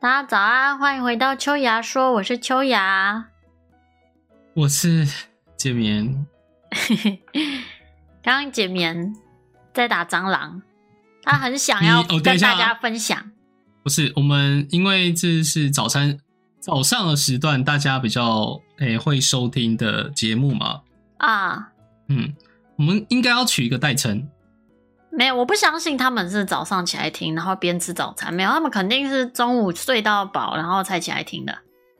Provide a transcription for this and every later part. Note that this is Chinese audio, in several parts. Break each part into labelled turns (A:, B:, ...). A: 大家早安，欢迎回到秋芽说，我是秋芽。
B: 我是简眠，
A: 刚刚简眠在打蟑螂，他很想要
B: 你哦
A: 跟
B: 等一下
A: 大家分享。
B: 不是我们，因为这是早餐早上的时段，大家比较诶、会收听的节目嘛，
A: 啊，
B: 嗯，我们应该要取一个代称，
A: 没有，我不相信他们是早上起来听，然后边吃早餐。没有，他们肯定是中午睡到饱，然后才起来听的。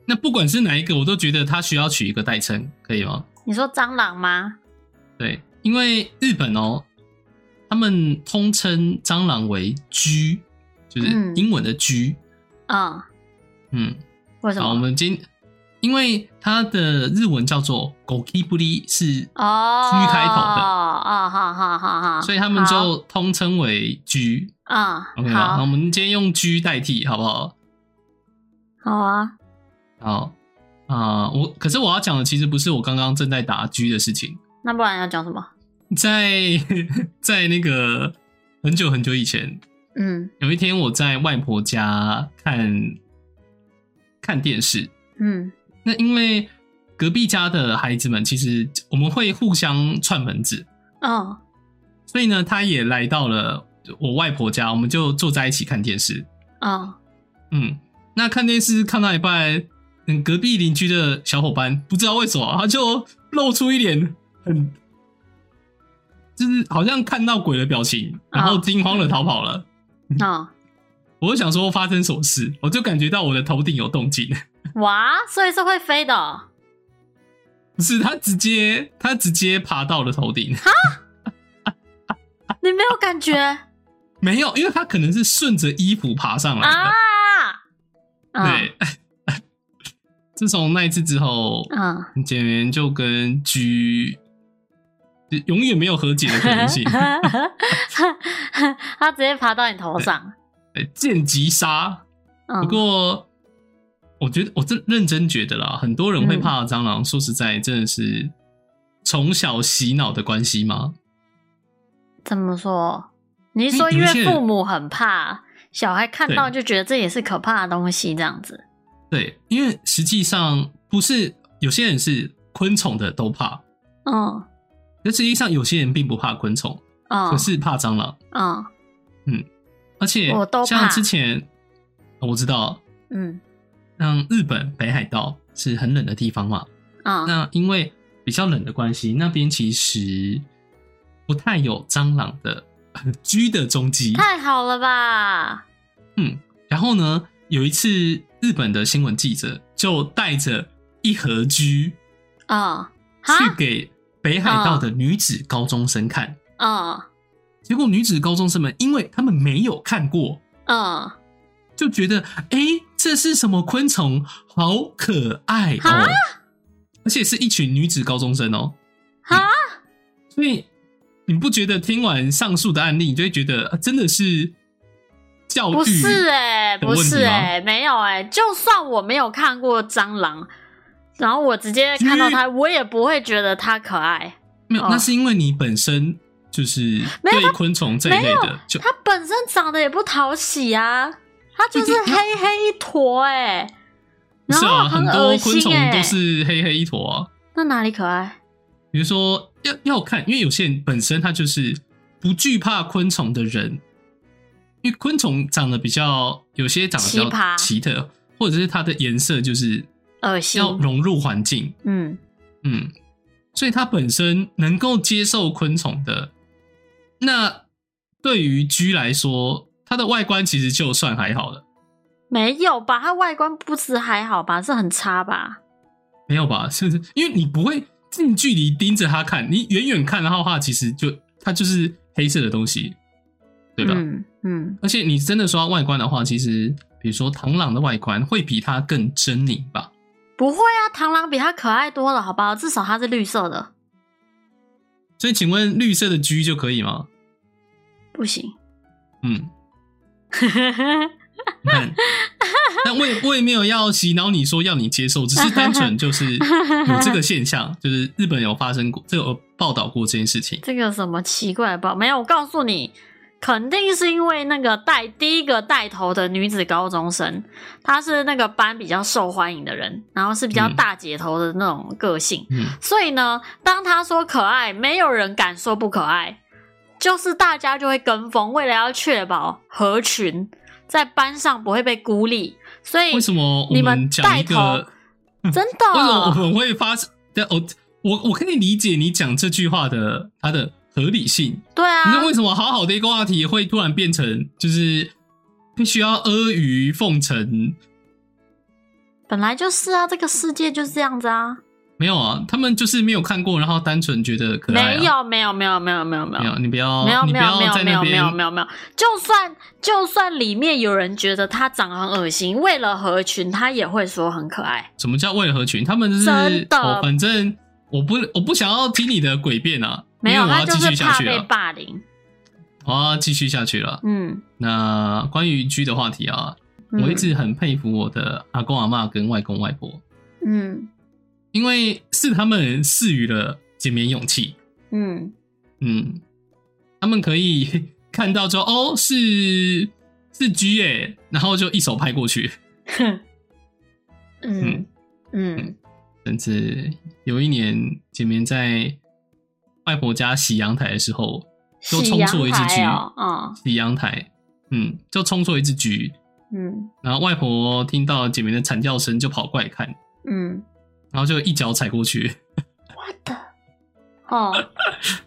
B: 那不管是哪一个，我都觉得它需要取一个代称，可以吗？
A: 你说蟑螂吗？
B: 对，因为日本哦，他们通称蟑螂为“居”，就是
A: 嗯
B: 英文的“居
A: 嗯，”。
B: 嗯，
A: 为什
B: 好，我
A: 么？
B: 们今因为它的日文叫做 “gokiburi”，是
A: 哦，
B: 居开头的
A: 哦，好好好好，
B: 所以他们
A: 好
B: 就通称为“居”。
A: 嗯
B: OK 吗？那我
A: 好
B: 们今天用 G 代替，好不好？
A: 好啊，
B: 好啊、我可是我要讲的其实不是我刚刚正在打 G 的事情，
A: 那不然要讲什么？
B: 在 在那个很久很久以前，
A: 嗯
B: 有一天我在外婆家看看电视，
A: 嗯
B: 那因为隔壁家的孩子们其实我们会互相串门子，
A: 嗯
B: 所以呢，他也来到了我外婆家，我们就坐在一起看电视。
A: 嗯，
B: 嗯，那看电视看到一半，嗯，隔壁邻居的小伙伴不知道为什么，他就露出一脸很，就是好像看到鬼的表情，然后
A: 啊
B: 惊慌的逃跑了。
A: 哦，
B: 我就想说发生什么事，我就感觉到我的头顶有动静，
A: 哇，所以是会飞的哦、
B: 不是他直接他直接爬到了头顶，啊
A: 你没有感 觉
B: 没有，因为他可能是顺着衣服爬上来
A: 啊
B: 的。？
A: 嗯
B: 对， 自从那一次之后，
A: 嗯，
B: 简言就跟 G 就永远没有和解的可能 性。
A: 他直接爬到你头上。
B: 哎剑击杀。
A: 嗯
B: 不过，我觉得我真认真觉得啦，很多人会
A: 嗯
B: 怕蟑螂，说实在，真的是从小洗脑的关系吗？
A: 怎么说？你是
B: 哎
A: 说
B: 有
A: 因
B: 一些
A: 为
B: 人
A: 父母很怕小孩看到就觉得这也是可怕的东西，这样子。
B: 对，因为实际上不是有些人是昆虫的都怕，
A: 嗯
B: 但实际上有些人并不怕昆虫，
A: 嗯，
B: 可是怕蟑螂。
A: 嗯
B: 而且
A: 我都怕
B: 像之前哦我知道，
A: 嗯
B: 像日本北海道是很冷的地方嘛，
A: 嗯
B: 那因为比较冷的关系，那边其实不太有蟑螂的居的踪迹。
A: 太好了吧？
B: 嗯，然后呢，有一次日本的新闻记者就带着一盒居
A: 嗯
B: 去
A: 哈
B: 给北海道的女子高中生看，
A: 嗯
B: 结果女子高中生们因为他们没有看过，
A: 嗯，
B: 就觉得诶，这是什么昆虫，好可爱
A: 啊
B: 哦！而且是一群女子高中生哦。
A: 哈
B: 所以你不觉得听完上述的案例，你就会觉得、啊真的是教育
A: 不是哎、
B: 的
A: 不
B: 问题
A: 是
B: 吗
A: 哎、没有哎、就算我没有看过蟑螂，然后我直接看到它，我也不会觉得它可爱。
B: 没有？
A: 哦
B: 那是因为你本身就是
A: 没有
B: 对昆虫这一类
A: 没有
B: 的，就
A: 它本身长得也不讨喜啊，它就是黑黑一坨哎、
B: 不
A: 然
B: 是
A: 后
B: 啊，很
A: 恶
B: 多昆
A: 心哎、
B: 虫都是黑黑一坨啊。
A: 那哪里可爱？
B: 比如说要要看，因为有些人本身他就是不惧怕昆虫的人，因为昆虫长得比较有些长得比
A: 奇葩
B: 较奇特，或者是它的颜色就是
A: 恶心，
B: 要融入环境，
A: 嗯
B: 嗯，所以他本身能够接受昆虫的，那对于居来说，它的外观其实就算还好了，
A: 没有吧？它外观不是还好吧？是很差吧？
B: 没有吧？ 是不是？因为你不会近距离盯着它看，你远远看的话，其实就它就是黑色的东西，对吧？
A: 嗯嗯
B: 而且你真的说它外观的话，其实比如说螳螂的外观会比它更狰狞吧？
A: 不会啊，螳螂比它可爱多了，好不好？至少它是绿色的，
B: 所以，请问绿色的居就可以吗？
A: 不行。
B: 嗯，你 看，但我也我也没有要洗脑你说要你接受，只 是单纯就是有这个现象，就是日本有发生过，这个有报道过这件事情。
A: 这个什么奇怪的报？没有，我告诉你，肯定是因为那个带第一个带头的女子高中生，她是那个班比较受欢迎的人，然后是比较
B: 嗯
A: 大姐头的那种个性，
B: 嗯，
A: 所以呢，当她说可爱，没有人敢说不可爱，就是大家就会跟风，为了要确保合群，在班上不会被孤立，所以
B: 为什么我
A: 哎你们
B: 讲
A: 带哦
B: 一
A: 头
B: 个？嗯
A: 真
B: 为什么我
A: 的
B: 们会发？对，我我我可以理解你讲这句话的它的合理性。
A: 对
B: 你知道
A: 啊，
B: 为什么好好的一个话题会突然变成就是必须要阿谀奉承？
A: 本来就是啊，这个世界就是这样子啊，
B: 没有啊，他们就是没有看过，然后单纯觉得可爱、啊。
A: 没有没有没有没有没有没
B: 没
A: 有
B: 有，。你不要，
A: 没有
B: 你不
A: 没有没
B: 要
A: 有
B: 在
A: 没
B: 那
A: 有
B: 边
A: 没有没有没有，就算就算里面有人觉得他长得很恶心，为了合群，他也会说很可爱。
B: 什么叫为了合群？他们就是
A: 真的
B: 哦，反正我不我不想要听你的诡辩啊，
A: 没有，
B: 因为
A: 他
B: 我要
A: 就
B: 继续
A: 是
B: 下
A: 怕
B: 去
A: 被
B: 了，
A: 霸凌。
B: 我要继续下去了。
A: 嗯，
B: 那关于 G 的话题啊，
A: 嗯
B: 我一直很佩服我的阿公阿妈跟外公外婆，
A: 嗯
B: 因为是他们赐予了减免勇气。
A: 嗯
B: 嗯，他们可以 看到说哦是是 G 耶、然后就一手拍过去。
A: 哼嗯
B: 嗯
A: 嗯
B: 甚至有一年简棉在外婆家洗阳台的时候，就
A: 洗
B: 冲
A: 阳
B: 出了一只
A: 台
B: 橘
A: 哦，嗯
B: 洗阳台，嗯，就冲出了一只橘，
A: 嗯
B: 然后外婆听到简棉的惨叫声就跑过来看，
A: 嗯
B: 然后就一脚踩过去，
A: ，what the？哦，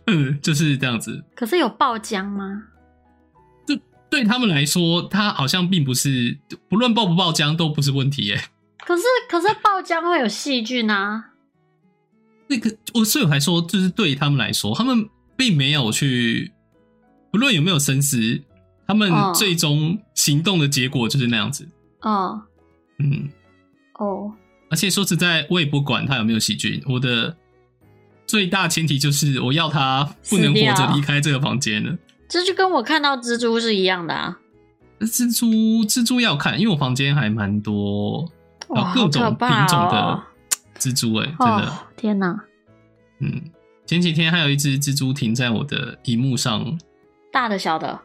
B: 嗯，就是这样子。
A: 可是有爆浆吗？
B: 对他们来说，他好像并不是不论爆不爆浆都不是问题耶。
A: 可是可是爆浆会有细菌啊。
B: 那个我所以我才说，就是对他们来说，他们并没有去，不论有没有深思，他们
A: 哦
B: 最终行动的结果就是那样子。
A: 嗯
B: 嗯，
A: 哦，
B: 而且说实在，我也不管他有没有细菌，我的最大前提就是我要他不
A: 死
B: 能活
A: 掉
B: 着离开这个房间了。
A: 这就跟我看到蜘蛛是一样的啊。
B: 呃蜘蛛，蜘蛛要看，因为我房间还蛮多，有
A: 哇，好
B: 各
A: 可
B: 种品
A: 怕
B: 种
A: 哦
B: 的！蜘蛛、欸，哎、真的，
A: 哦，天哪，
B: 嗯。前几天还有一只蜘蛛停在我的荧幕上，
A: 大的小的，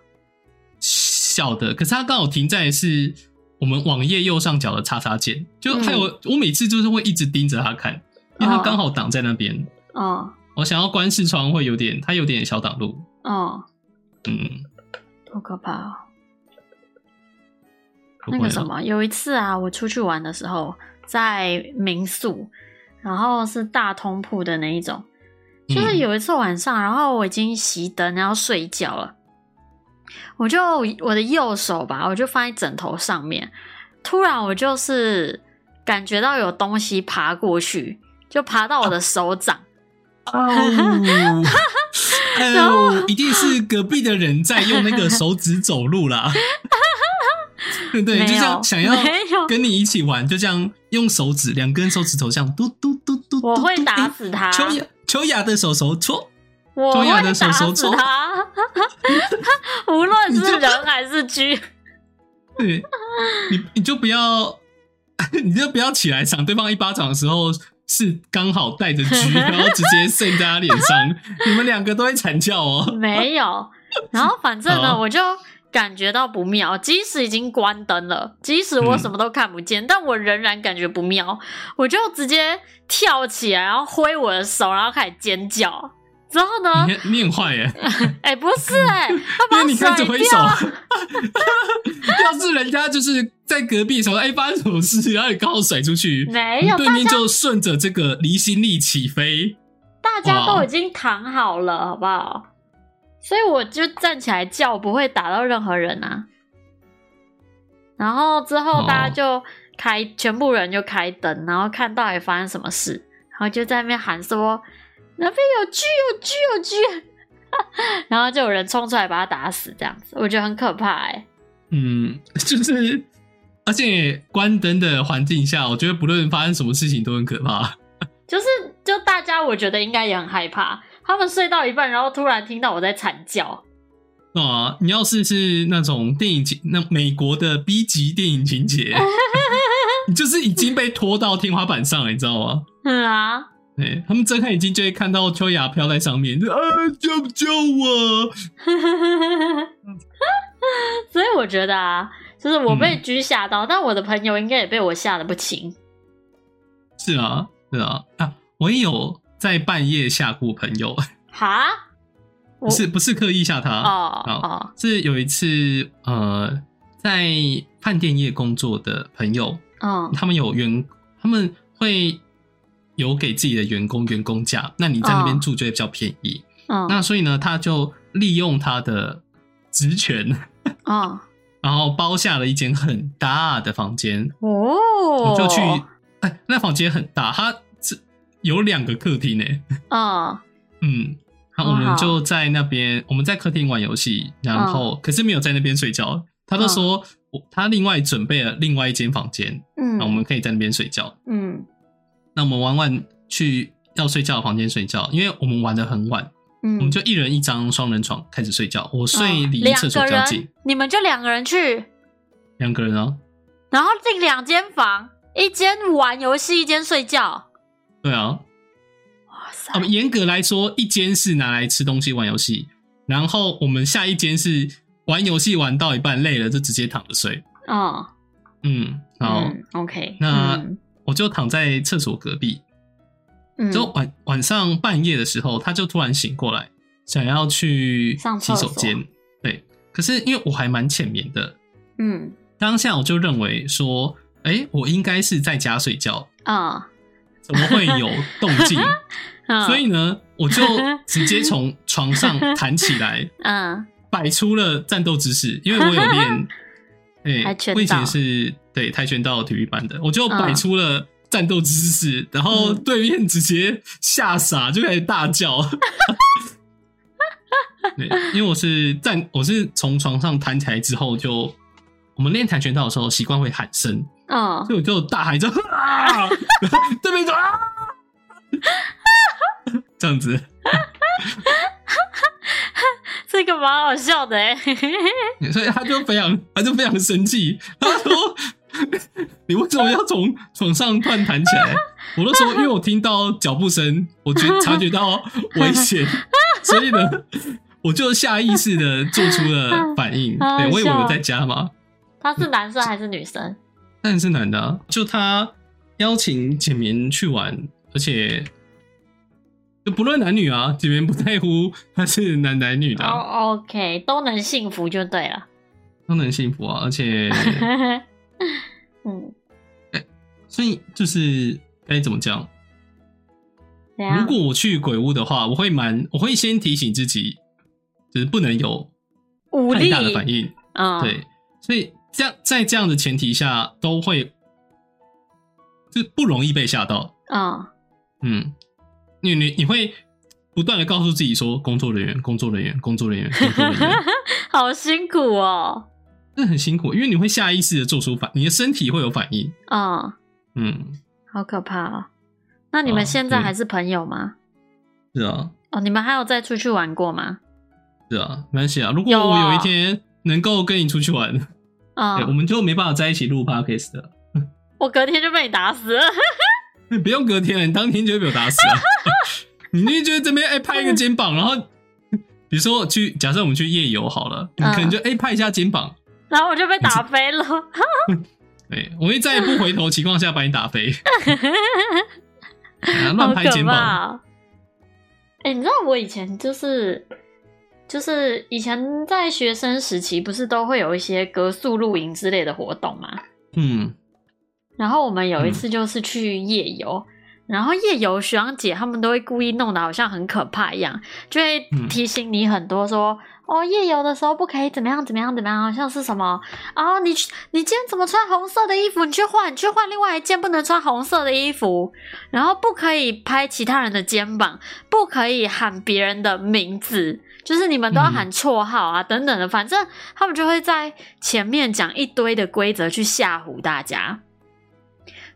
B: 小的，可是它刚好停在是我们网页右上角的叉叉键，就还有、我每次就是会一直盯着它看，因为它
A: 嗯哦
B: 刚好挡在那边。
A: 哦
B: 我想要关视窗会有点，它有点小挡路。
A: 哦，
B: 嗯，
A: 多可怕哦！
B: 不
A: 那
B: 会
A: 个
B: 了
A: 什，么，有一次啊，我出去玩的时候，在民宿，然后是大通铺的那一种，就是
B: 嗯
A: 有一次晚上，然后我已经熄灯，然后睡觉了，我就我的右手吧，我就放在枕头上面，突然我就是感觉到有东西爬过去，就爬到我的手
B: 啊
A: 掌，
B: 哦，哎呦，一定是隔壁的人在用那个手指走 路啦。对对，
A: 没
B: 就像
A: 有
B: 想要
A: 没有
B: 跟你一起玩，就这样用手指，两根手指头这样嘟嘟嘟嘟嘟。
A: 我会
B: 嘟
A: 打
B: 哎
A: 死他，
B: 秋雅秋雅的手手搓，
A: 我
B: 中
A: 会
B: 亚
A: 打
B: 的手手
A: 死
B: 搓
A: 他， 无论
B: 你
A: 是
B: 这
A: 人还是居。
B: 对，你你就不要， 你就不要起来赏对方一巴掌的时候是刚好带着狙，然后直接射在他脸上，你们两个都会惨叫哦。
A: 没有。然后反正呢，
B: 好
A: 我就感觉到不妙，即使已经关灯了，即使
B: 嗯
A: 我什么都看不见，但我仍然感觉不妙，我就直接跳起来，然后挥我的手，然后开始尖叫。之后呢？
B: 你很你很坏耶，
A: 哎、不是 哎、他
B: 因
A: 把
B: 为你
A: 手
B: 开始
A: 也
B: 挥手
A: 掉了，。
B: 要是人家就是在隔壁什么，哎，发生什么事，然后你刚好甩出去，
A: 没
B: 你
A: 有，
B: 对面就顺着这个离心力起飞。
A: 大家都
B: 哇
A: 已经躺好了，好不好？所以我就站起来叫，不会打到任何人啊。然后之后
B: 哦
A: 大家就开，全部人就开灯，然后看到底发生什么事，然后就在那边喊说那边有锯，有锯，有锯， 然后就有人冲出来把他打死，这样子我觉得很可怕哎、
B: 嗯， 就是，而且关灯的环境下，我觉得不论发生什么事情都很可怕。
A: 就是就大家我觉得应该也很害怕，他们睡到一半，然后突然听到我在惨叫，
B: 啊，你要是是那种电影情，那美国的 B 级电 影情节，你就是已经被拖到天花板上了，你知道吗？
A: 嗯啊，
B: 对他们睁开眼睛就会看到秋雅飘在上面，就啊救救我！
A: 所以我觉得啊，就是我被狙吓到，但我的朋友应该也被我吓得不轻。
B: 是啊，是啊，啊，我也有在半夜吓过朋友，
A: 哈，
B: 啊
A: 我
B: 不是不是刻意吓他，
A: 哦
B: 好
A: 哦，
B: 是有一次呃，在饭店业工作的朋友，
A: 嗯
B: 他们有员，他们会有给自己的员工员工价，那你在那边
A: 哦
B: 住就会比较便宜。
A: 嗯
B: 那所以呢，他就利用他的职权，
A: 嗯，
B: 然后包下了一间很大的房间，
A: 哦，
B: 我就去，哎，那房间很大，它是有两个客厅呢，
A: 嗯
B: 嗯。然后我
A: 很哦好
B: 们就在那边，我们在客厅玩游戏，然后、
A: 嗯
B: 可是没有在那边睡觉。他就说，我他另外准备了另外一间房间，
A: 嗯，
B: 那我们可以在那边睡觉。
A: 嗯
B: 那我们玩完去要睡觉的房间睡觉，因为我们玩的很晚，
A: 嗯，
B: 我们就一人一张双人床开始睡觉。我睡
A: 嗯
B: 离
A: 两
B: 厕所
A: 个
B: 比较
A: 人，
B: 近，
A: 你们就两个人去，
B: 两个人哦。
A: 然后进两间房，一间玩游戏，一间睡觉。
B: 对啊，
A: 哇塞
B: 啊，严格来说，一间是拿来吃东西玩游戏，然后我们下一间是玩游戏玩到一半累了就直接躺着睡。
A: 嗯，
B: 嗯，好，
A: 嗯，OK，
B: 那
A: 嗯
B: 我就躺在厕所隔壁。
A: 嗯
B: 就晚晚上半夜的时候，他就突然醒过来，想要去
A: 上
B: 洗
A: 厕
B: 手
A: 所
B: 间。对，可是因为我还蛮浅眠的，
A: 嗯
B: 当下我就认为说，哎、我应该是在家睡觉，
A: 嗯
B: 怎么会有动静？
A: 嗯，
B: 所以呢，我就直接从床上弹起来，
A: 嗯
B: 摆出了战斗姿势，因为我有 练，哎、
A: 跆拳道
B: 我以前是对跆拳道体育班的，我就摆出了战斗姿势，然后
A: 嗯
B: 对面直接吓傻，就开始大叫。 对，因为我是站，我是从床上弹起来之后就，我们练跆拳道的时候习惯会喊声，
A: 嗯
B: 所以我就大喊一声啊，然后对面就啊，这样子。
A: 这个蛮好笑的哎，
B: 所以他就非常，他就非常生气，他说：“你为什么要从床上突然弹起来？”我都说：“因为我听到脚步声，我觉察觉到危险，所以呢，我就下意识的做出了反应。
A: 好好
B: 对我以为
A: 笑
B: 我在家嘛，
A: 他是男生还是女生？
B: 但是男的啊、就他邀请简眠去玩，而且就不论男女啊，简眠不在乎他是男男女的啊、
A: 哦，OK，都能幸福就对了。
B: 都能幸福啊，而且。”
A: 嗯，
B: 所以就是该怎么讲？
A: 怎
B: 如
A: 样？
B: 果我去鬼屋的话，我会蛮，我会先提醒自己，就是不能有
A: 武
B: 太
A: 力，
B: 大的反应。
A: 嗯，
B: 对，所以这样在这样的前提下，都会就不容易被吓到。
A: 嗯
B: 嗯，你你你会不断的告诉自己说，工作人员，工作人员，工作人员，工作人员，
A: 好辛苦哦，
B: 那很辛苦，因为你会下意识的做出反，你的身体会有反应。
A: 嗯，
B: 嗯，
A: 好可怕哦。那你们
B: 啊
A: 现在
B: 对
A: 还是朋友吗？
B: 是啊，
A: 哦，你们还有再出去玩过吗？
B: 是啊，没关系啊。如果
A: 有
B: 我有一
A: 啊
B: 天能够跟你出去玩。对，我
A: 嗯，
B: 们就没办法在一起录 podcast 了。
A: 我隔天就被你打死了。
B: 不用隔天了，你当天就会被我打死啊！ 你就觉得这边哎、拍一个肩膀，然后比如说去，假设我们去夜游好了，你
A: 嗯
B: 可能就哎、拍一下肩膀，
A: 然后我就被打飞了。
B: 对我会在不回头的情况下把你打 飞，啊乱、拍肩膀，
A: 好可怕哦。哎、你知道我以前就是就是以前在学生时期，不是都会有一些格宿露营之类的活动吗？
B: 嗯，
A: 然后我们有一次就是去夜游，然后夜游学长姐他们都会故意弄得好像很可怕一样，就会
B: 嗯
A: 提醒你很多说。哦，夜游的时候不可以怎么样怎么样怎么样，好像是什么啊、你去你今天怎么穿红色的衣服？你去换，你去换另外一件不能穿红色的衣服，然后不可以拍其他人的肩膀，不可以喊别人的名字，就是你们都要喊绰号啊、等等的，反正他们就会在前面讲一堆的规则去吓唬大家。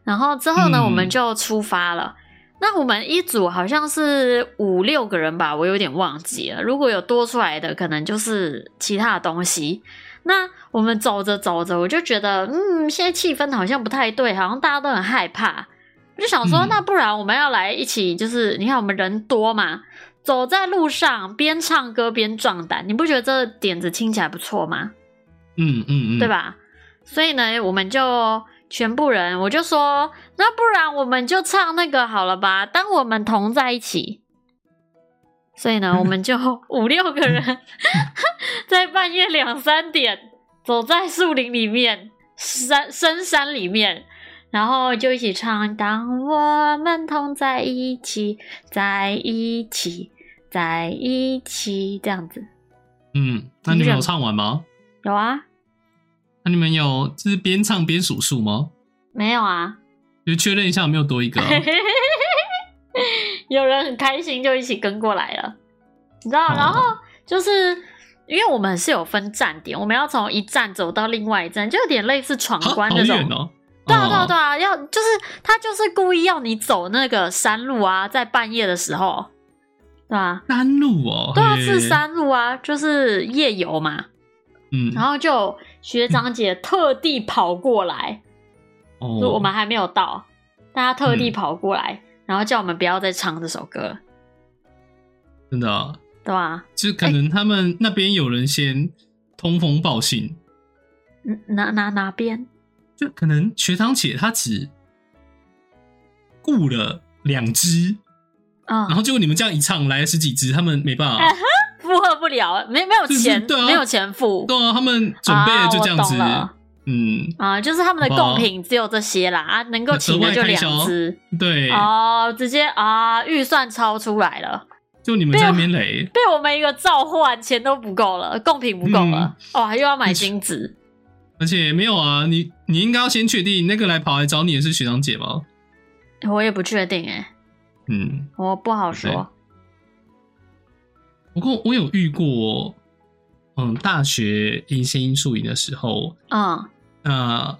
A: 然后之后呢，
B: 嗯
A: 我们就出发了。那我们一组好像是五六个人吧，我有点忘记了。如果有多出来的，可能就是其他的东西。那我们走着走着，我就觉得，嗯，现在气氛好像不太对，好像大家都很害怕。我就想说，
B: 嗯
A: 那不然我们要来一起，就是你看我们人多嘛，走在路上边唱歌边壮胆，你不觉得这点子听起来不错吗？
B: 嗯嗯嗯，
A: 对？吧？所以呢，我们就全部人，我就说，那不然我们就唱那个好了吧？当我们同在一起。所以呢，我们就五六个人在半夜两三点走在树林里面、山深山里面，然后就一起唱《当我们同在一起，在一起，在一起》这样子。
B: 嗯，那
A: 你
B: 你们
A: 忍
B: 有唱完吗？
A: 有啊？
B: 那你们有就是边唱边数数吗？
A: 没有啊？
B: 就确认一下有没有多 一个啊、
A: 有人很开心就一起跟过来了，你知道？
B: 哦
A: 然后就是因为我们是有分站点，我们要从一站走到另外一站，就有点类似闯
B: 好
A: 关
B: 好
A: 那种。
B: 远哦。
A: 对啊，对啊，
B: 哦
A: 对啊，要就是他就是故意要你走那个山路啊，在半夜的时候，对吧、
B: 山路哦，
A: 对啊，
B: 嘿
A: 是。山路啊，就是夜游嘛。
B: 嗯，
A: 然后就有学长姐特地跑过来，
B: 哦，
A: 就我们还没有到，但他特地
B: 嗯
A: 跑过来，然后叫我们不要再唱这首歌了，
B: 真的啊，
A: 对吧？
B: 就可能他们那边有人先通风报信，
A: 嗯哪哪哪边？
B: 就可能学长姐她只雇了两只，
A: 啊、
B: 然后结果你们这样一唱来了十几只，他们没 办法，
A: 负荷不了，没没有
B: 就是
A: 钱，
B: 对啊
A: 没有钱付。
B: 对啊，他们准备了就这样
A: 啊
B: 子，
A: 我懂了
B: 嗯，
A: 啊、就是他们的
B: 好不好
A: 贡品只有这些啦，啊，能够
B: 那
A: 请
B: 额
A: 的
B: 外
A: 就
B: 开
A: 两
B: 销
A: 只
B: 对，
A: 哦，直接啊，预算超出来了，
B: 就你们
A: 啊
B: 在那边雷，
A: 被我们一个召唤，钱都不够了，贡品不够了，
B: 嗯
A: 哇、又要买
B: 你
A: 金子，
B: 而且没有啊，你你应该要先确定那个来跑来找你的是学长姐吧，
A: 我也不确定哎、
B: 嗯，
A: 我不好说。
B: 不过我有遇过，嗯，大学迎新宿营的时候，
A: 嗯
B: 那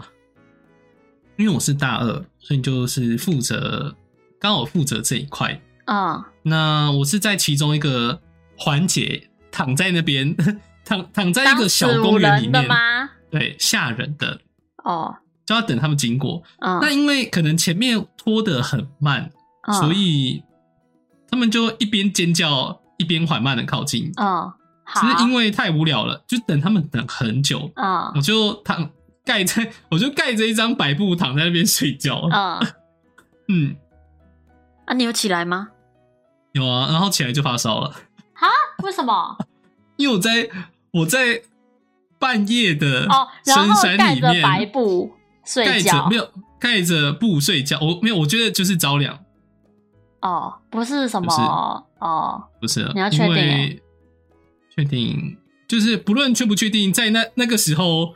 B: 因为我是大二，所以就是负责刚好负责这一块。
A: 嗯
B: 那我是在其中一个环节躺在那边， 躺躺在一
A: 当
B: 个小
A: 死无
B: 公园里
A: 人的
B: 面，
A: 吗？
B: 对，吓人的，
A: 哦，
B: 就要等他们经过。
A: 嗯，
B: 那因为可能前面拖得很慢，
A: 嗯
B: 所以他们就一边尖叫一边缓慢的靠近。
A: 嗯，
B: 只是
A: 好，
B: 因为太无聊了，就等他们等很久，
A: 嗯
B: 我就躺盖在，我就盖着一 张白布躺在那边睡觉。
A: 嗯
B: 嗯，
A: 啊，你有起来吗？
B: 有啊，然后起来就发烧了，
A: 为什么？
B: 因为我在我在半夜的
A: 哦，然
B: 深
A: 后
B: 山
A: 盖
B: 里
A: 着
B: 面
A: 白布睡
B: 盖
A: 觉
B: 着没。有盖着布睡觉，哦我没有，我觉得就是着凉，
A: 哦，不是什
B: 不是
A: 么哦，
B: 不是啊？
A: 你要确
B: 因
A: 定
B: 为
A: 欸
B: 确定就是不论确不确定，在那那个时候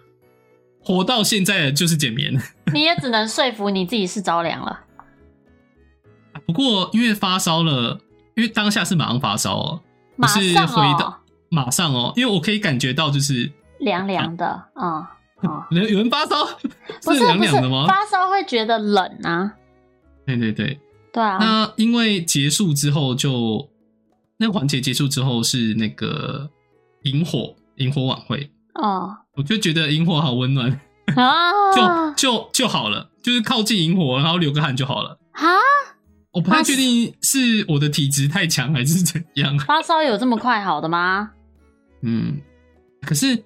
B: 活到现在的就是简棉。
A: 你也只能说服你自己是着凉了。
B: 不过因为发烧了，因为当下是马上发烧哦，
A: 马
B: 是
A: 上
B: 回
A: 哦
B: 到，马上哦，因为我可以感觉到就是
A: 凉凉的，嗯， 哦，
B: 有有人发烧
A: 不是
B: 凉
A: 不是
B: 凉的吗？，
A: 发烧会觉得冷啊，
B: 对对对，
A: 对啊，
B: 那因为结束之后就那个环节结束之后是那个萤火萤火晚会，
A: 哦
B: 我就觉得萤火好温暖， 就
A: 啊
B: 就就好了，就是靠近萤火，然后流个汗就好了。
A: 啊，
B: 我不太确定是我的体质太强还是怎 样，
A: 发烧有这么快好的吗？
B: 嗯，可是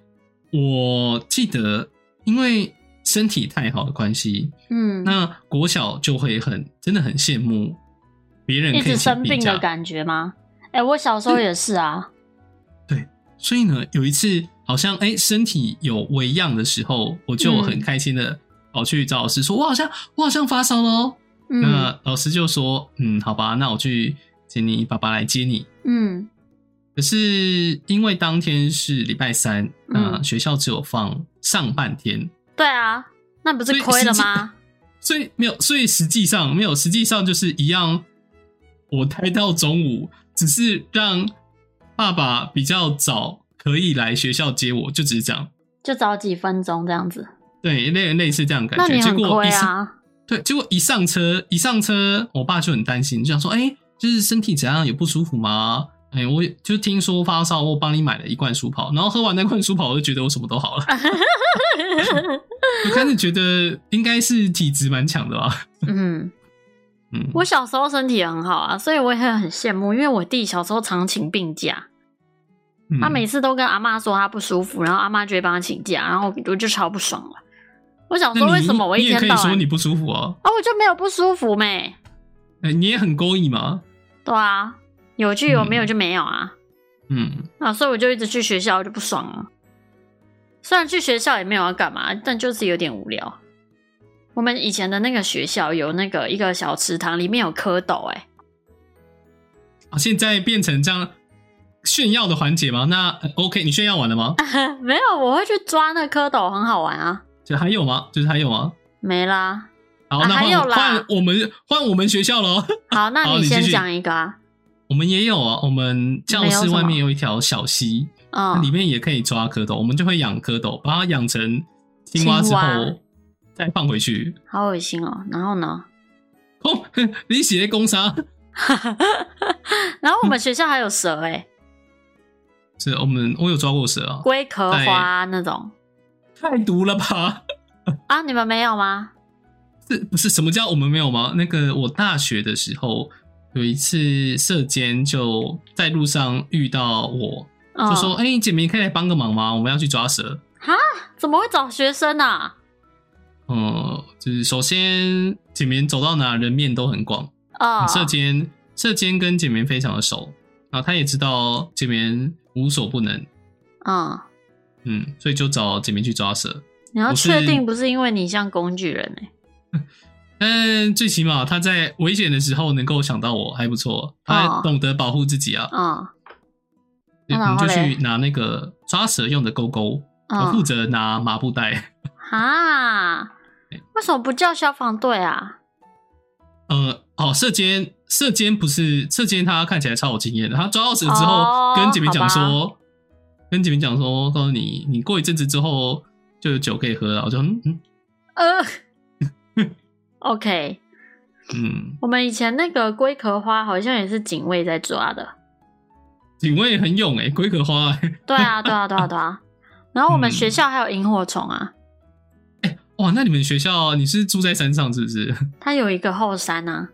B: 我记得因为身体太好的关系，
A: 嗯，
B: 那国小就会很真的很羡慕别人
A: 一
B: 可以
A: 直
B: 请
A: 生
B: 病
A: 病
B: 假
A: 的，感觉吗？哎，我小时候也是 啊，
B: 所以呢，有一次好像哎、身体有微恙的时候，我就
A: 嗯
B: 很开心的跑去找老师说，我好像我好像发烧了哦。
A: 嗯
B: 那老师就说，嗯，好吧，那我去请你爸爸来接你。
A: 嗯
B: 可是因为当天是礼拜三，那
A: 嗯
B: 学校只有放上半天，
A: 对啊，那不是亏了吗？
B: 所以没有，所以实际上没有，实际上就是一样。我待到中午，只是让爸爸比较早可以来学校接我，就只是这样。
A: 就早几分钟这样子，
B: 对，类类似这样的
A: 那
B: 感
A: 你
B: 觉。结
A: 很
B: 果
A: 亏
B: 一上
A: 啊，
B: 对，结果一上车，一上车，我爸就很担心，就想说：“哎、就是身体怎样，有不舒服吗？”哎、我就听说发烧，我帮你买了一罐舒跑，然后喝完那罐舒跑，我就觉得我什么都好了。 我开始觉得应该是体质蛮强的吧。
A: 嗯，
B: 嗯，
A: 我小时候身体也很好啊，所以我也很羡慕，因为我弟小时候常请病假，
B: 嗯
A: 他每次都跟阿妈说他不舒服，然后阿妈就会帮他请假，然后我就超不爽了。我想
B: 那
A: 说，
B: 你
A: 为什么我一
B: 你
A: 天
B: 也
A: 到
B: 可以说
A: 晚
B: 你不舒服啊？
A: 啊，我就没有不舒服没？
B: 哎、你也很勾引嘛。
A: 对啊，有就有，
B: 嗯
A: 没有就没有啊。
B: 嗯，
A: 啊，所以我就一直去学校，我就不爽了。虽然去学校也没有要干嘛，但就是有点无聊。我们以前的那个学校有那个一个小池塘，里面有蝌蚪、欸，哎，
B: 啊，现在变成这样炫耀的环节吗？那呃 OK，你炫耀完了吗？
A: 没有，我会去抓那蝌蚪，很好玩啊。
B: 就还有吗？就是还有吗？
A: 没啦，
B: 好，
A: 啊
B: 那
A: 还有
B: 换
A: 啦
B: 换我们换我们学校喽。
A: 好，那
B: 好你
A: 先
B: 继续
A: 讲一个啊。
B: 我们也有啊，我们教
A: 没有
B: 室
A: 什
B: 外
A: 么
B: 面有一条小溪，那里
A: 嗯，
B: 面也可以抓蝌蚪，我们就会养蝌蚪，把它养成青蛙之
A: 青蛙
B: 后再放回去。
A: 好恶心哦。然后呢？
B: 哦， 你写攻杀
A: 然后我们学校还有蛇、欸，哎，
B: 嗯是我们我有抓过蛇啊，
A: 龟壳花那种
B: 太毒了吧？
A: 啊，你们没有吗？
B: 是不是什么叫我们没有吗？那个我大学的时候有一次射箭，就在路上遇到我，
A: 嗯
B: 就说：“哎、姐妹可以来帮个忙吗？我们要去抓蛇。
A: 怎么会找学生啊？”
B: 嗯，就是首先姐妹走到哪人面都很广，
A: 哦，
B: 射箭，射箭跟简眠非常的熟，然后他也知道简眠无所不能，
A: 嗯，
B: 嗯，所以就找简眠去抓蛇。
A: 你要
B: 我是
A: 确定不是因为你像工具人哎、
B: 但最起码他在危险的时候能够想到我，还不错，他
A: 哦
B: 懂得保护自己啊。
A: 嗯
B: 对我
A: 那然
B: 们
A: 后
B: 就
A: 嘞
B: 去拿那个抓蛇用的钩钩，我负
A: 嗯
B: 责拿麻布袋。
A: 啊，为什么不叫消防队啊？
B: 呃，哦，射箭，射箭不是射箭，他看起来超有经验的。他抓到蛇之后，
A: 哦
B: 跟简眠讲
A: 好
B: 说，跟简眠讲说，告诉你，你过一阵子之后就有酒可以喝了。我就嗯嗯
A: 呃，OK，
B: 嗯，
A: 我们以前那个龟壳花好像也是警卫在抓的。
B: 警卫很勇哎、龟壳花、欸，
A: 对啊，对啊，对啊，对啊。然后我们
B: 嗯
A: 学校还有萤火虫啊，
B: 哇！那你们学校你是住在山上是不是？
A: 它有一个后山啊。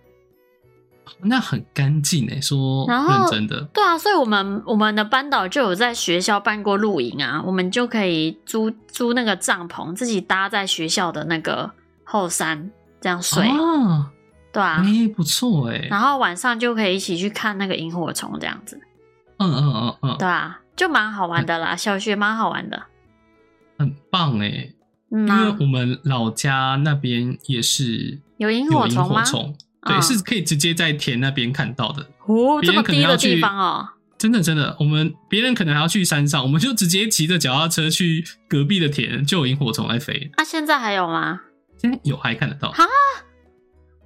B: 那很干净哎，说
A: 然后
B: 认真的，
A: 对啊，所以我们我们的班导就有在学校办过露营啊，我们就可以租租那个帐篷，自己搭在学校的那个后山这样睡，
B: 啊，
A: 对啊。
B: 哎、不错哎、
A: 然后晚上就可以一起去看那个萤火虫，这样子，
B: 嗯嗯嗯嗯，
A: 对啊，就蛮好玩的啦。小学蛮好玩的，
B: 很棒哎、
A: 嗯
B: 因为
A: 啊，
B: 我们老家那边也是
A: 有萤
B: 有
A: 火
B: 萤
A: 虫吗
B: 火？虫，对，
A: 嗯
B: 是可以直接在田那边看到的。
A: 哦，
B: 别
A: 这
B: 人
A: 么
B: 可能
A: 低的
B: 要去
A: 地方哦，
B: 真的真的，我们别人可能还要去山上，我们就直接骑着脚踏车去隔壁的田，就有萤火虫在飞。
A: 那、现在还有吗？
B: 现在有还看得到
A: 哈，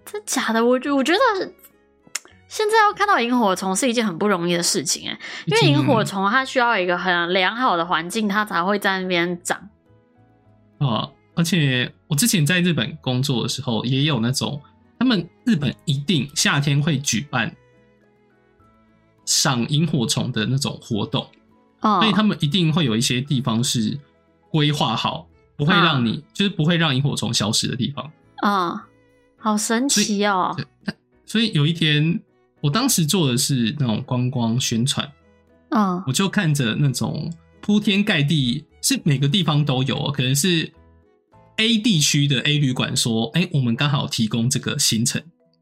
A: 真假的？我觉我觉得现在要看到萤火虫是一件很不容易的事情哎、因
B: 已
A: 为
B: 经
A: 萤火虫它需要一个很良好的环境，它才会在那边长。
B: 啊，而且我之前在日本工作的时候，也有那种他们日本一定夏天会举办赏萤火虫的那种活动，
A: 哦
B: 所以他们一定会有一些地方是规划好，不会让你、就是不会让萤火虫消失的地方。
A: 嗯，好神奇哦！
B: 所以有一天，我当时做的是那种观光宣传，
A: 嗯
B: 我就看着那种铺天盖地，是每个地方都有哦，可能是 A 地区的 A 旅馆说，哎、我们刚好提供这个行程，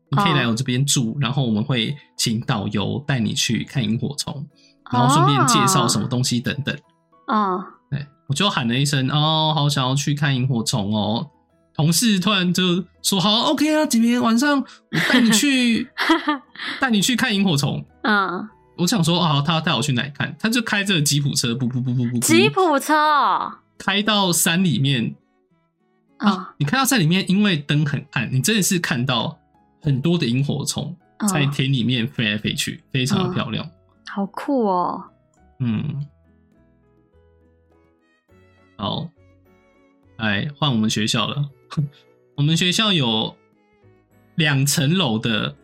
B: 你可以
A: 哦
B: 来我这边住，然后我们会请导游带你去看萤火虫，
A: 啊
B: 然后顺便介绍什么东西等等。
A: 哦嗯
B: 对，哎我就喊了一声，哦，好想要去看萤火虫哦。同事突然就说：“好，OK 啊，姐妹，晚上我带 你去，带你去看萤火虫。”
A: 嗯，
B: 我想说啊，他要带我去哪里看？他就开着吉普车，不不不不不，
A: 吉普车哦，
B: 开到山里面
A: 嗯
B: 啊！你开到山里面，因为灯很暗，你真的是看到很多的萤火虫
A: 嗯
B: 在田里面飞来飞去，非常的漂亮。
A: 好酷哦！
B: 嗯，好，来换我们学校了。我们学校有两层楼的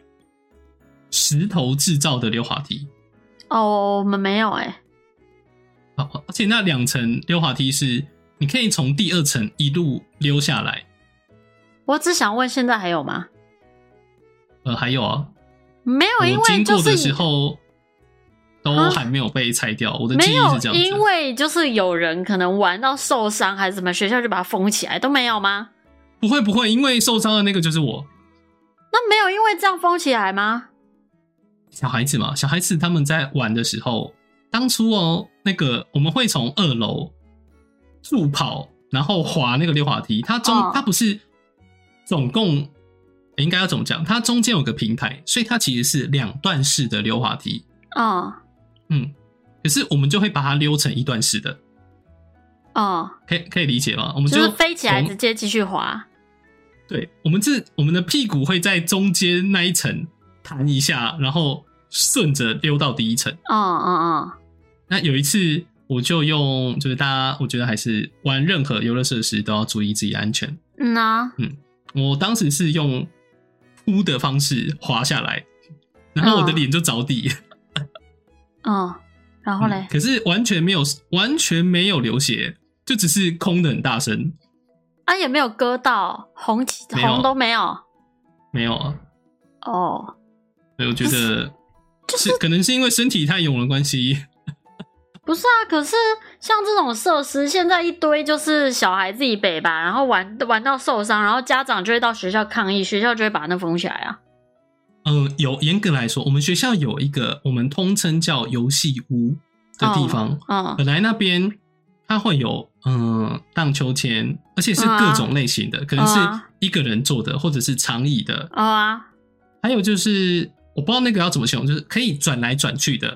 B: 石头制造的溜滑梯。
A: 哦，我们没有哎、
B: 好，而且那两层溜滑梯是你可以从第二层一路溜下来，
A: 我只想问，现在还有吗？
B: 呃，还有啊，
A: 没有，因
B: 我
A: 为
B: 经
A: 就
B: 过的
A: 是
B: 时候都
A: 啊
B: 还没有被拆掉，我的记
A: 没
B: 忆
A: 有
B: 是这，样子
A: 因
B: 的。
A: 为就是有人可能玩到受伤还是什么，学校就把它封起来，都没有吗？
B: 不会不会，因为受伤的那个就是我，
A: 那没有因为这样封起来吗？
B: 小孩子嘛，小孩子他们在玩的时候，当初哦，那个我们会从二楼助跑，然后滑那个溜滑梯，它中、
A: 哦
B: 它不是总共。应该要怎么讲？它中间有个平台，所以它其实是两段式的溜滑梯。
A: 哦
B: 嗯，可是我们就会把它溜成一段式的，
A: 哦，
B: 可以可以理解吗？我们
A: 就是飞起来
B: 从
A: 直接继续滑。
B: 对，我们这我们的屁股会在中间那一层弹一下，然后顺着溜到第一层。
A: 哦哦
B: 那有一次我就用，就是大家我觉得还是玩任何游乐设施都要注意自己的安全。
A: 哦，嗯呐、
B: 我当时是用扑的方式滑下来，然后我的
A: 嗯
B: 脸就着地，
A: 哦，然后嘞，
B: 可是完全没有完全没有流血，就只是空的很大声，
A: 啊也没有割到，红旗
B: 没有
A: 红都没有。
B: 没有啊。
A: 哦，
B: 所以我觉得
A: 就是
B: 可能是因为身体太勇的关系。
A: 不是啊，可是像这种设施，现在一堆就是小孩自己北吧，然后玩玩到受伤，然后家长就会到学校抗议，学校就会把那封起来啊。
B: 嗯、有严格来说，我们学校有一个我们通称叫游戏屋的地方，
A: 嗯
B: 本来那边它会有嗯荡秋千，而且是各
A: 啊
B: 种类型的，可能是一个人坐的，或者是长椅的，
A: 哦啊，
B: 还有就是我不知道那个要怎么形容，就是可以转来转去的，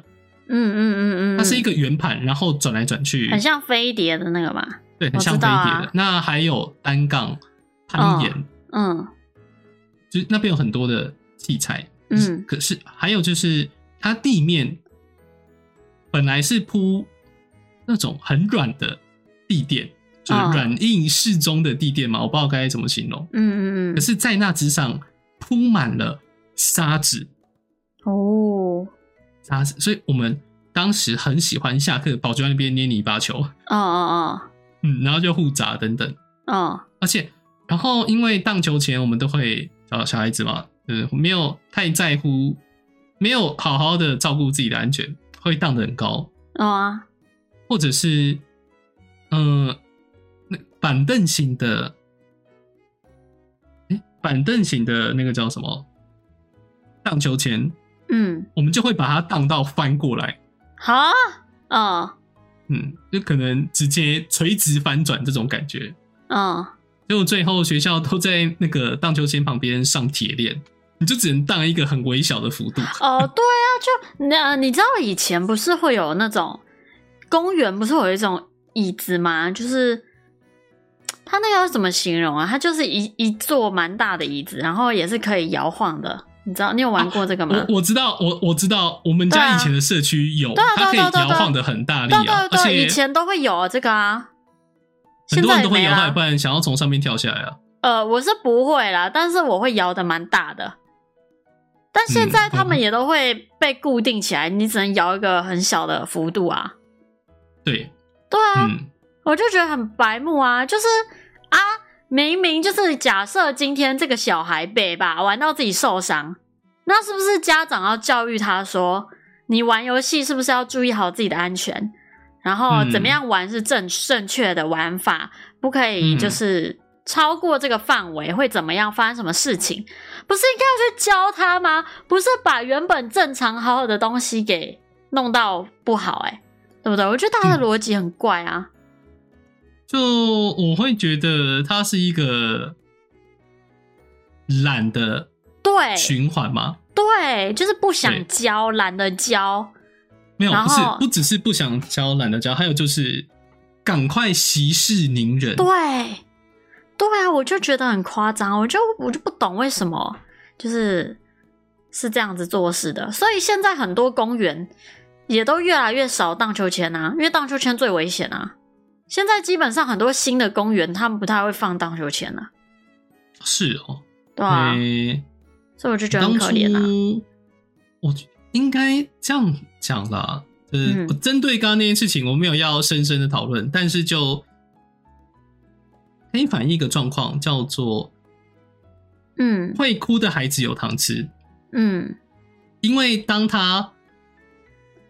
A: 嗯嗯嗯嗯，
B: 它是一
A: 个
B: 个圆盘，然后转来转去，
A: 很像飞碟的那个嘛。
B: 对，很像
A: 我
B: 飞
A: 知道啊
B: 碟的。那还有单杠、攀岩，
A: 嗯
B: 就是那边有很多的器材，
A: 嗯
B: 可是还有就是它地面本来是铺那种很软的地垫，就是
A: 嗯
B: 软硬适中的地垫嘛，我不知道该怎么形容。
A: 嗯嗯
B: 可
A: 嗯，
B: 是，在那之上铺满了沙子，
A: 哦，
B: 沙子，所以我们当时很喜欢下课跑去那边捏泥巴球，
A: 哦哦
B: 嗯，然后就互砸等等。
A: 哦哦，
B: 而且，然后因为荡秋千，我们都会小小孩子嘛，嗯，没有太在乎，没有好好的照顾自己的安全，会荡得很高，
A: 哦啊，
B: 或者是，嗯、那板凳型的，哎，板凳型的那个叫什么？荡秋千，
A: 嗯，
B: 我们就会把它荡到翻过来，
A: 好啊，哦
B: 嗯，就可能直接垂直翻转这种感觉。
A: 哦，
B: 结果最后学校都在那个荡秋千旁边上铁链，你就只能荡一个很微小的幅度。
A: 哦，对啊，就那、你知道以前不是会有那种公园不是有一种椅子吗？就是它那个要怎么形容啊？它就是一一座蛮大的椅子，然后也是可以摇晃的。你知道你有玩过这个吗？
B: 我我知道，我我知道，我们
A: 对啊
B: 家以前的社区有，
A: 对啊对
B: 它
A: 啊
B: 可以
A: 对啊对啊
B: 摇晃的很大力
A: 对
B: 啊
A: 对，对，以
B: 而且
A: 前都会有这个啊，
B: 很
A: 现
B: 多
A: 在
B: 人
A: 也
B: 都会
A: 没
B: 摇到
A: 啦
B: 一。半，想要从上面跳下来啊。
A: 呃，我是不会啦，但是我会摇的蛮大的。但现在
B: 嗯
A: 他们
B: 嗯
A: 也都会被固定起来，你只能摇一个很小的幅度啊。
B: 对，
A: 对啊，
B: 嗯，
A: 我就觉得很白目啊，就是啊，明明就是假设今天这个小孩被吧玩到自己受伤，那是不是家长要教育他说，你玩游戏是不是要注意好自己的安全，然后
B: 嗯
A: 怎么样玩是正正确的玩法，不可以
B: 嗯
A: 就是超过这个范围会怎么样，发生什么事情，不是应该要去教他吗？不是把原本正常好好的东西给弄到不好、欸，哎，对不对？我觉得他的
B: 嗯
A: 逻辑很怪啊。
B: 就我会觉得它是一个懒的
A: 对
B: 循环嘛。
A: 对，就是不
B: 对嗯
A: 想教，懒得教。
B: 没有，
A: 然
B: 不是
A: 后，
B: 不只是不想教，懒得教，还有就是赶快息事宁人。
A: 对，啊对啊，我就觉得很夸张，我就我就不懂为什么就是是这样子做事的。所以现在很多公园也都越来越少荡秋千啊，因为荡秋千最危险啊。现在基本上很多新的公园，他们不太会放荡秋千了、啊，
B: 是哦，
A: 对啊，
B: 诶
A: 所以我就觉得
B: 当
A: 很
B: 初
A: 可怜啊。
B: 我应该这样讲啦，呃，
A: 嗯
B: 我针对刚刚那件事情，我没有要深深的讨论，但是就可以反映一个状况，叫做
A: 嗯，
B: 会哭的孩子有糖吃。
A: 嗯
B: 因为当他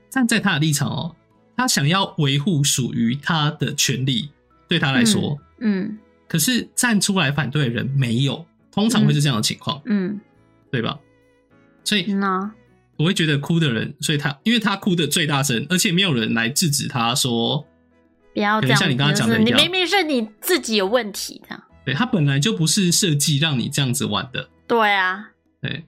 B: 站在他的立场哦，他想要维护属于他的权利，对他来说，
A: 嗯
B: 可是站出来反对的人没有，通常会是这样的情况，
A: 嗯
B: 对吧？所以
A: 嗯呐，
B: 我会觉得哭的人，所以他因为他哭的最大声，而且没有人来制止他说，
A: 不要这样，
B: 可能像你刚刚讲的
A: 就是
B: 一
A: 你
B: 样
A: 明明是你自己有问题的。
B: 对他本来就不是设计让你这样子玩的，
A: 对啊，
B: 对，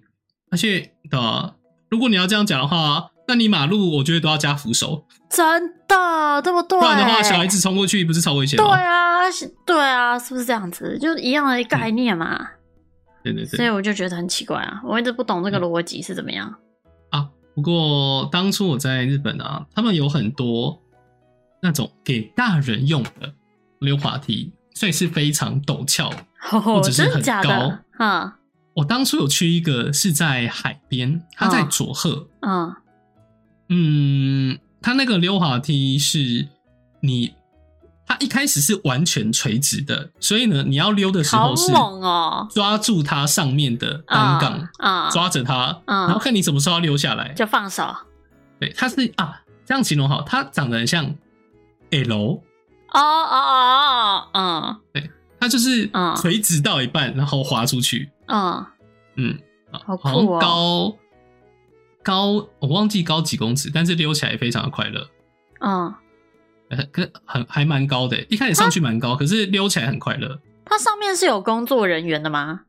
B: 而且呃，如果你要这样讲的话，那你马路我觉得都要加扶手，
A: 真的，对不对？
B: 不然的话，小孩子冲过去不是超危险
A: 对
B: 吗？
A: 啊，是对啊，是不是这样子？就一样的概念嘛。
B: 对对对
A: 所以我就觉得很奇怪啊，我一直不懂这个逻辑是怎么样。
B: 啊，不过当初我在日本啊，他们有很多那种给大人用的溜滑梯，所以是非常陡峭。
A: 哦，
B: 嗯只是
A: 真的
B: 很
A: 假的？嗯
B: 我当初有去一个是在海边，它在
A: 哦
B: 佐贺，
A: 嗯
B: 嗯，它那个溜滑梯是你，它一开始是完全垂直的，所以呢，你要溜的时
A: 好
B: 候是
A: 猛哦！
B: 抓住它上面的单杠，
A: 啊，嗯
B: 抓着它，
A: 嗯
B: 然后看你什么时候要溜下来。
A: 就放手
B: 对，它是啊，这样形容好，它长得很像 L，
A: 哦哦哦，哦，
B: 它就是
A: 嗯
B: 垂直到一半，然后滑出去。
A: 嗯嗯，
B: 嗯，啊
A: 好酷
B: 像
A: 哦
B: 高高，我忘记高几公尺，但是溜起来非常的快乐。
A: 嗯，
B: 呃，跟很还蛮高的，欸一开始上去蛮高，可是溜起来很快乐。
A: 它上面是有工作人员的吗？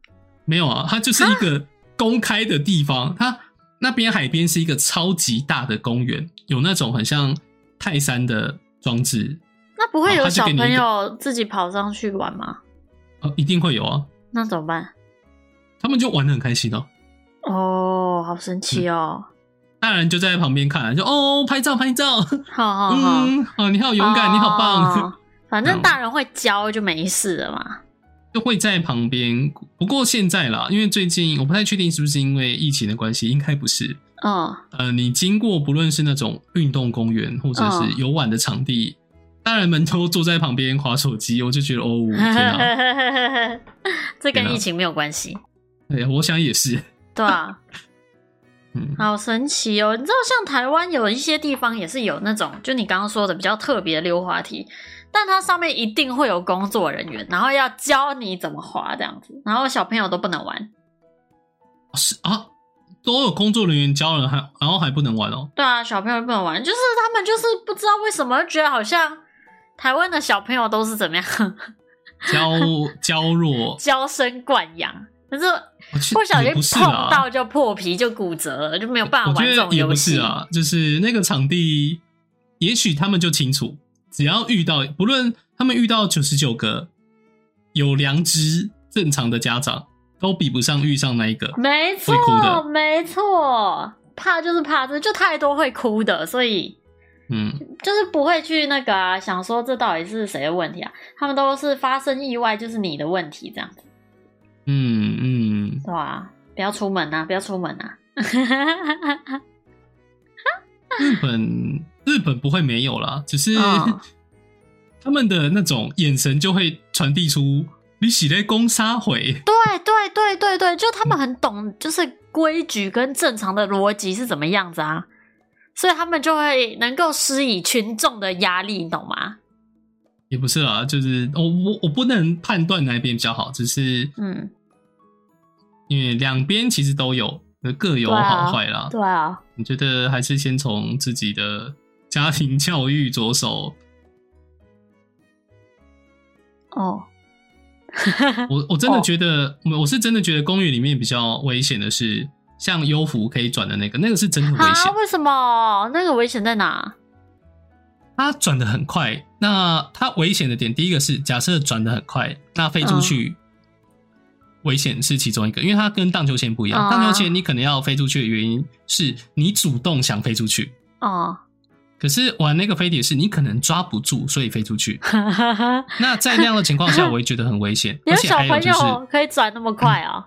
B: 没有啊，它就是一个公开的地方，它那边海边是一个超级大的公园，有那种很像泰山的装置，
A: 那不会
B: 哦
A: 有
B: 它就
A: 小
B: 给你一个
A: 朋友自己跑上去玩吗？
B: 呃，一定会有啊。
A: 那怎么办？
B: 他们就玩的很开心哦，
A: 哦，好神奇哦！
B: 大人就在旁边看，就哦拍照拍照，
A: 好好好，
B: 嗯，哦你好勇敢，你好棒，
A: 哦。反正大人会教就没事了嘛。
B: 就会在旁边。不过现在啦，因为最近我不太确定是不是因为疫情的关系，应该不是。
A: 嗯
B: 呃，你经过不论是那种运动公园或者
A: 嗯
B: 是游玩的场地，大人们都坐在旁边划手机，我就觉得哦，天 哪、
A: 嗯这
B: 天
A: 跟
B: 啊
A: 疫情没有关系，
B: 对，我想也是，
A: 对啊，
B: 嗯，
A: 好神奇哦！你知道，像台湾有一些地方也是有那种，就你刚刚说的比较特别的溜滑梯，但它上面一定会有工作人员，然后要教你怎么滑这样子，然后小朋友都不能玩。
B: 是啊，都有工作人员教了，还然后还不能玩哦，
A: 对啊，小朋友不能玩，就是他们就是不知道为什么觉得好像台湾的小朋友都是怎么样
B: 教教弱，
A: 娇生惯养，可是
B: 我去
A: 不小
B: 也
A: 心
B: 不是
A: 碰
B: 啦
A: 到，就破皮就骨折了，就没有办法
B: 我
A: 玩
B: 觉
A: 这种
B: 得也
A: 游
B: 不
A: 戏
B: 是。啊，就是那个场地，也许他们就清楚，只要遇到不论他们遇到九十九个有良知正常的家长，都比不上遇上那一个。
A: 没错
B: 会哭的，
A: 没错，怕就是怕这，就太多会哭的，所以
B: 嗯，
A: 就是不会去那个啊，想说这到底是谁的问题啊？他们都是发生意外就是你的问题，这样子
B: 嗯嗯，
A: 对吧、不要出门呐、不要出门啊呐、
B: 日本日本不会没有啦，只是
A: 嗯
B: 他们的那种眼神就会传递出你喜在攻杀回，
A: 对对对对对，就他们很懂，就是规矩跟正常的逻辑是怎么样子啊，所以他们就会能够施以群众的压力，你懂吗？
B: 也不是啦，就是我我我不能判断哪一边比较好，只是
A: 嗯，
B: 因为两边其实都有，各有
A: 对啊
B: 好坏啦。
A: 对啊，
B: 我觉得还是先从自己的家庭教育着手。
A: 哦，
B: 我我真的
A: 哦
B: 觉得，我我是真的觉得公寓里面比较危险的是，像优服可以转的那个，那个是真的危
A: 啊
B: 险，，
A: 为什么那个危险在哪？
B: 它转的很快。那它危险的点，第一个是假设转的很快，那飞出
A: 嗯
B: 去。危险是其中一个，因为它跟荡秋千不一样。
A: 哦
B: 荡秋千你可能要飞出去的原因是你主动想飞出去，
A: 哦，
B: 可是玩那个飞碟是你可能抓不住，所以飞出去。
A: 哈哈哈，
B: 那在那样的情 况下，我也觉得很危险。
A: 你
B: 而
A: 的
B: 且
A: 小
B: 还有
A: 朋
B: 就是，
A: 友可以转那么快哦？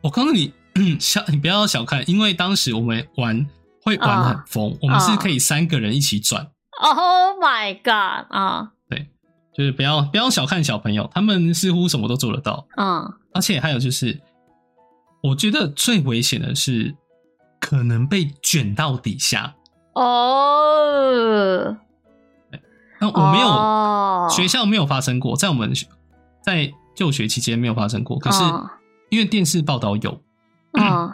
B: 我告诉你， 小你不要小看，因为当时我们玩会玩得很疯，
A: 嗯
B: 我们是可以三个人一起转，
A: Oh my god！啊、
B: 就是不要不要小看小朋友，他们似乎什么都做得到。
A: 嗯
B: 而且还有就是，我觉得最危险的是可能被卷到底下。
A: 哦，
B: 那我没有、
A: 哦
B: 学校没有发生过，在我们学在就学期间没有发生过，可是
A: 嗯
B: 因为电视报道有，
A: 嗯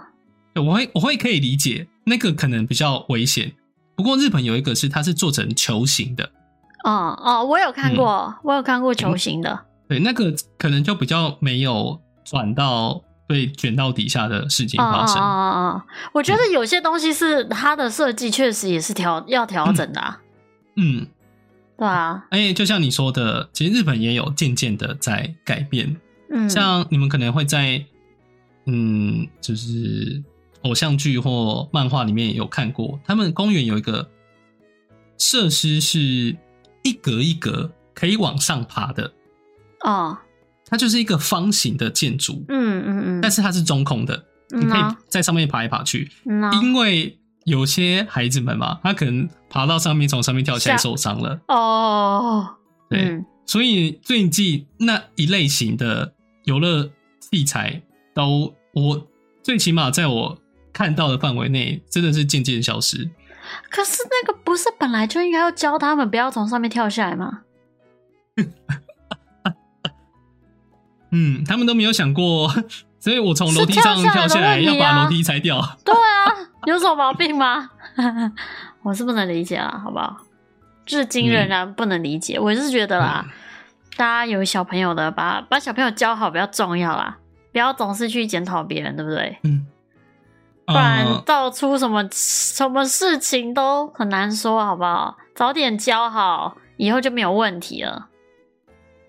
B: 对我会我会可以理解那个可能比较危险。不过日本有一个是它是做成球形的，
A: 嗯哦，我有看过，
B: 嗯
A: 我有看过球形的，
B: 对，那个可能就比较没有转到被卷到底下的事情
A: 嗯嗯
B: 发
A: 嗯
B: 生。
A: 嗯嗯，我觉得有些东西是它的设计确实也是调要调整的、啊，
B: 嗯，
A: 对啊，
B: 而哎且就像你说的，其实日本也有渐渐的在改变，
A: 嗯，
B: 像你们可能会在嗯，就是偶像剧或漫画里面也有看过，他们公园有一个设施是一格一格可以往上爬的，
A: 哦，
B: 它就是一个方形的建筑，
A: 嗯嗯嗯，
B: 但是它是中空的，你
A: 嗯
B: 可以
A: 啊
B: 在上面爬来爬去，
A: 嗯啊
B: 因为。有些孩子们嘛，他可能爬到上面，从上面跳下来
A: 下
B: 受伤了。
A: 哦，
B: 对，
A: 嗯
B: 所以最近那一类型的游乐器材都，我最起码在我看到的范围内，真的是渐渐消失。
A: 可是那个不是本来就应该要教他们不要从上面跳下来吗？
B: 嗯，他们都没有想过， 所以我从楼梯上
A: 是跳
B: 跳下
A: 下来
B: 来，
A: 的问题啊
B: 要把楼梯拆掉。
A: 对啊，有什么毛病吗？ 我是不能理解啊，好不好？至今仍然不能理解，我是觉得啦，大家有小朋友的，把把小朋友教好比较重要啦，不要总是去检讨别人，对不对？
B: 嗯，
A: 不然
B: 呃
A: 到出什么什么事情都很难说，好不好？早点教好，以后就没有问题了。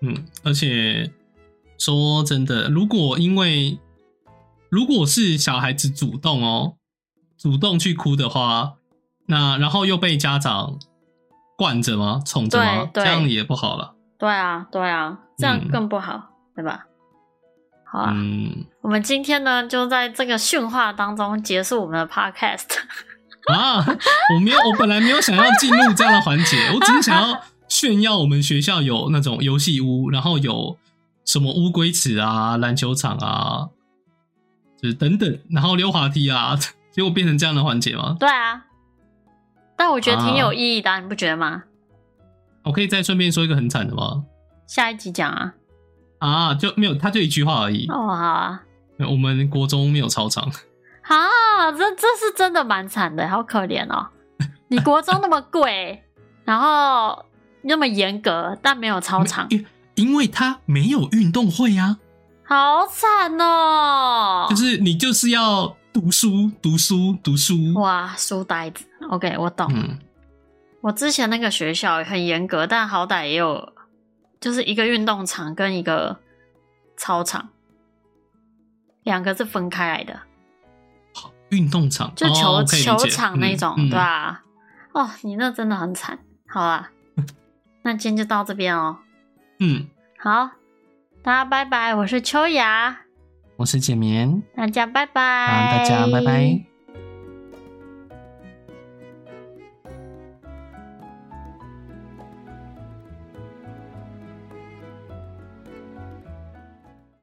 B: 嗯，而且说真的，如果因为如果是小孩子主动哦，主动去哭的话，那然后又被家长惯着吗？宠着吗？
A: 对对
B: 这样也不好了。
A: 对啊，对啊，这样
B: 嗯
A: 更不好，对吧？好啊，
B: 嗯
A: 我们今天呢就在这个训话当中结束我们的 podcast。
B: 啊，我没有，我本来没有想要进入这样的环节，我只是想要炫耀我们学校有那种游戏屋，然后有什么乌龟池啊、篮球场啊，就是等等，然后溜滑梯啊，结果变成这样的环节吗？
A: 对啊，但我觉得挺有意义的啊、你不觉得吗？
B: 我可以再顺便说一个很惨的吗？
A: 下一集讲啊。
B: 啊，就没有，他就一句话而已。
A: 哦，好啊，
B: 我们国中没有操场，
A: 啊，这这是真的蛮惨的，好可怜 哦。你国中那么贵，然后那么严格，但没有操场，
B: 因因为他没有运动会啊，
A: 好惨哦。
B: 就是你就是要读书、读书、读书。
A: 哇，书呆子。OK，我懂。
B: 嗯，
A: 我之前那个学校也很严格，但好歹也有就是一个运动场跟一个操场，两个是分开来的，
B: 运动场
A: 就球、
B: 哦、可以理
A: 球
B: 解
A: 场那种，
B: 嗯嗯
A: 对吧、哦，你那真的很惨。好 啦，那今天就到这边哦。
B: 嗯，
A: 好，大家拜拜，我是秋雅，
B: 我是简眠，
A: 大家拜拜，
B: 啊，大家拜拜。